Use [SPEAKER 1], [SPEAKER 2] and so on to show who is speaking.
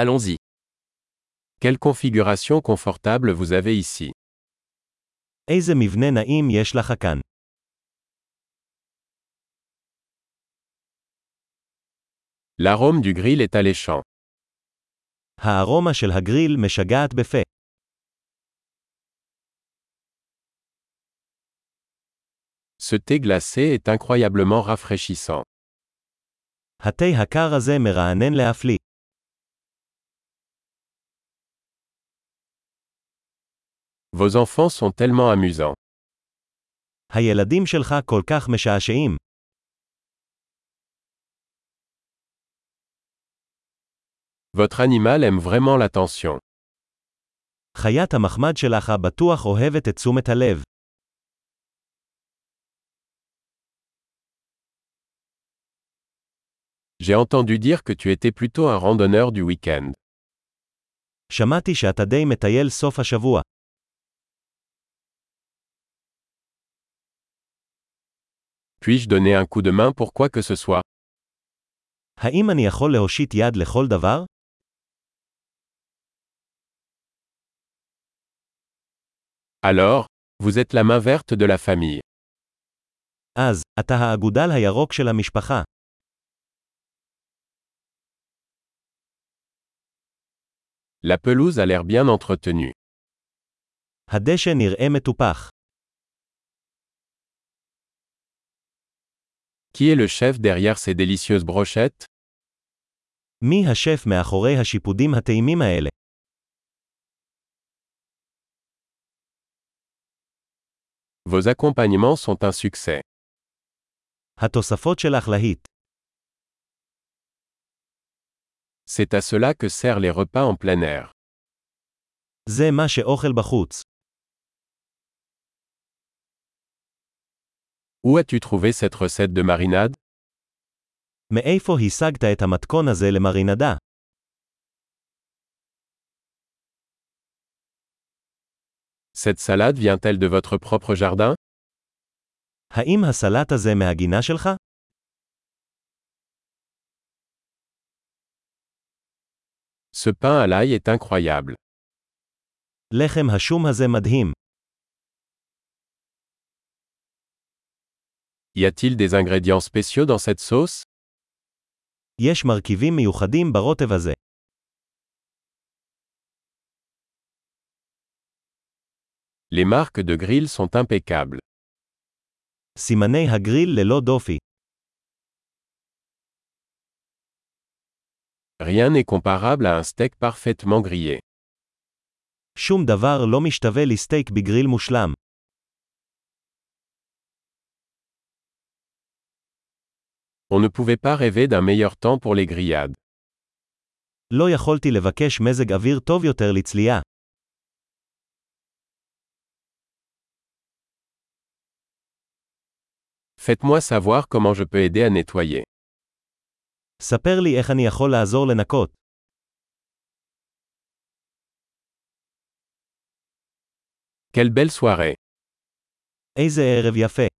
[SPEAKER 1] Allons-y.
[SPEAKER 2] Quelle configuration confortable vous avez ici.
[SPEAKER 3] איזה מבנה נעים יש לך כאן?
[SPEAKER 2] L'arôme du grill est alléchant.
[SPEAKER 3] הארומה של הגריל משגעת בפה.
[SPEAKER 2] Ce thé glacé est incroyablement rafraîchissant.
[SPEAKER 3] התה הקר הזה מרענן להפליא.
[SPEAKER 2] Vos enfants sont tellement amusants.
[SPEAKER 3] הילדים שלך כל כך משעשעים.
[SPEAKER 2] Votre animal aime vraiment l'attention.
[SPEAKER 3] חיית המחמד שלך בטוח אוהבת את תשומת הלב.
[SPEAKER 2] J'ai entendu dire que tu étais plutôt un randonneur du week-end.
[SPEAKER 3] שמעתי שאתה די מטייל סוף השבוע.
[SPEAKER 2] Puis-je donner un coup de main pour quoi que ce soit
[SPEAKER 3] האם אני יכול להושיט יד לכל דבר?
[SPEAKER 2] Alors, vous êtes la main verte de la famille.
[SPEAKER 3] אז, אתה האגודל הירוק של המשפחה.
[SPEAKER 2] La pelouse a l'air bien entretenue.
[SPEAKER 3] הדשא נראה מטופח.
[SPEAKER 2] Qui est le chef derrière ces délicieuses brochettes
[SPEAKER 3] מי השף מאחורי השיפודים הטעימים האלה?
[SPEAKER 2] Vos accompagnements sont un succès.
[SPEAKER 3] התוספות שלך להיט.
[SPEAKER 2] C'est à cela que servent les repas en plein air.
[SPEAKER 3] זה מה שאוכל בחוץ.
[SPEAKER 2] Où as-tu trouvé cette recette de marinade
[SPEAKER 3] מאיפה השגת את המתכון הזה למרינדה?
[SPEAKER 2] Cette salade vient-elle de votre propre jardin
[SPEAKER 3] האם הסלט הזה מהגינה שלך?
[SPEAKER 2] Ce pain à l'ail est incroyable.
[SPEAKER 3] לחם השום הזה מדהים.
[SPEAKER 2] Y a-t-il des ingrédients spéciaux dans cette sauce
[SPEAKER 3] יש מרכיבים מיוחדים ברוטב הזה.
[SPEAKER 2] Les marques de grill sont impeccables.
[SPEAKER 3] סימני הגריל ללא דופי.
[SPEAKER 2] Rien n'est comparable à un steak parfaitement grillé.
[SPEAKER 3] שום דבר לא משתווה לסטייק בגריל מושלם.
[SPEAKER 2] On ne pouvait pas rêver d'un meilleur temps pour les grillades.
[SPEAKER 3] לא יכולתי לבקש מזג אוויר טוב יותר לצלייה.
[SPEAKER 2] Faites-moi savoir comment je peux aider à nettoyer.
[SPEAKER 3] ספר לי איך אני יכול לעזור לנקות.
[SPEAKER 2] Quelle belle soirée
[SPEAKER 3] איזה ערב יפה.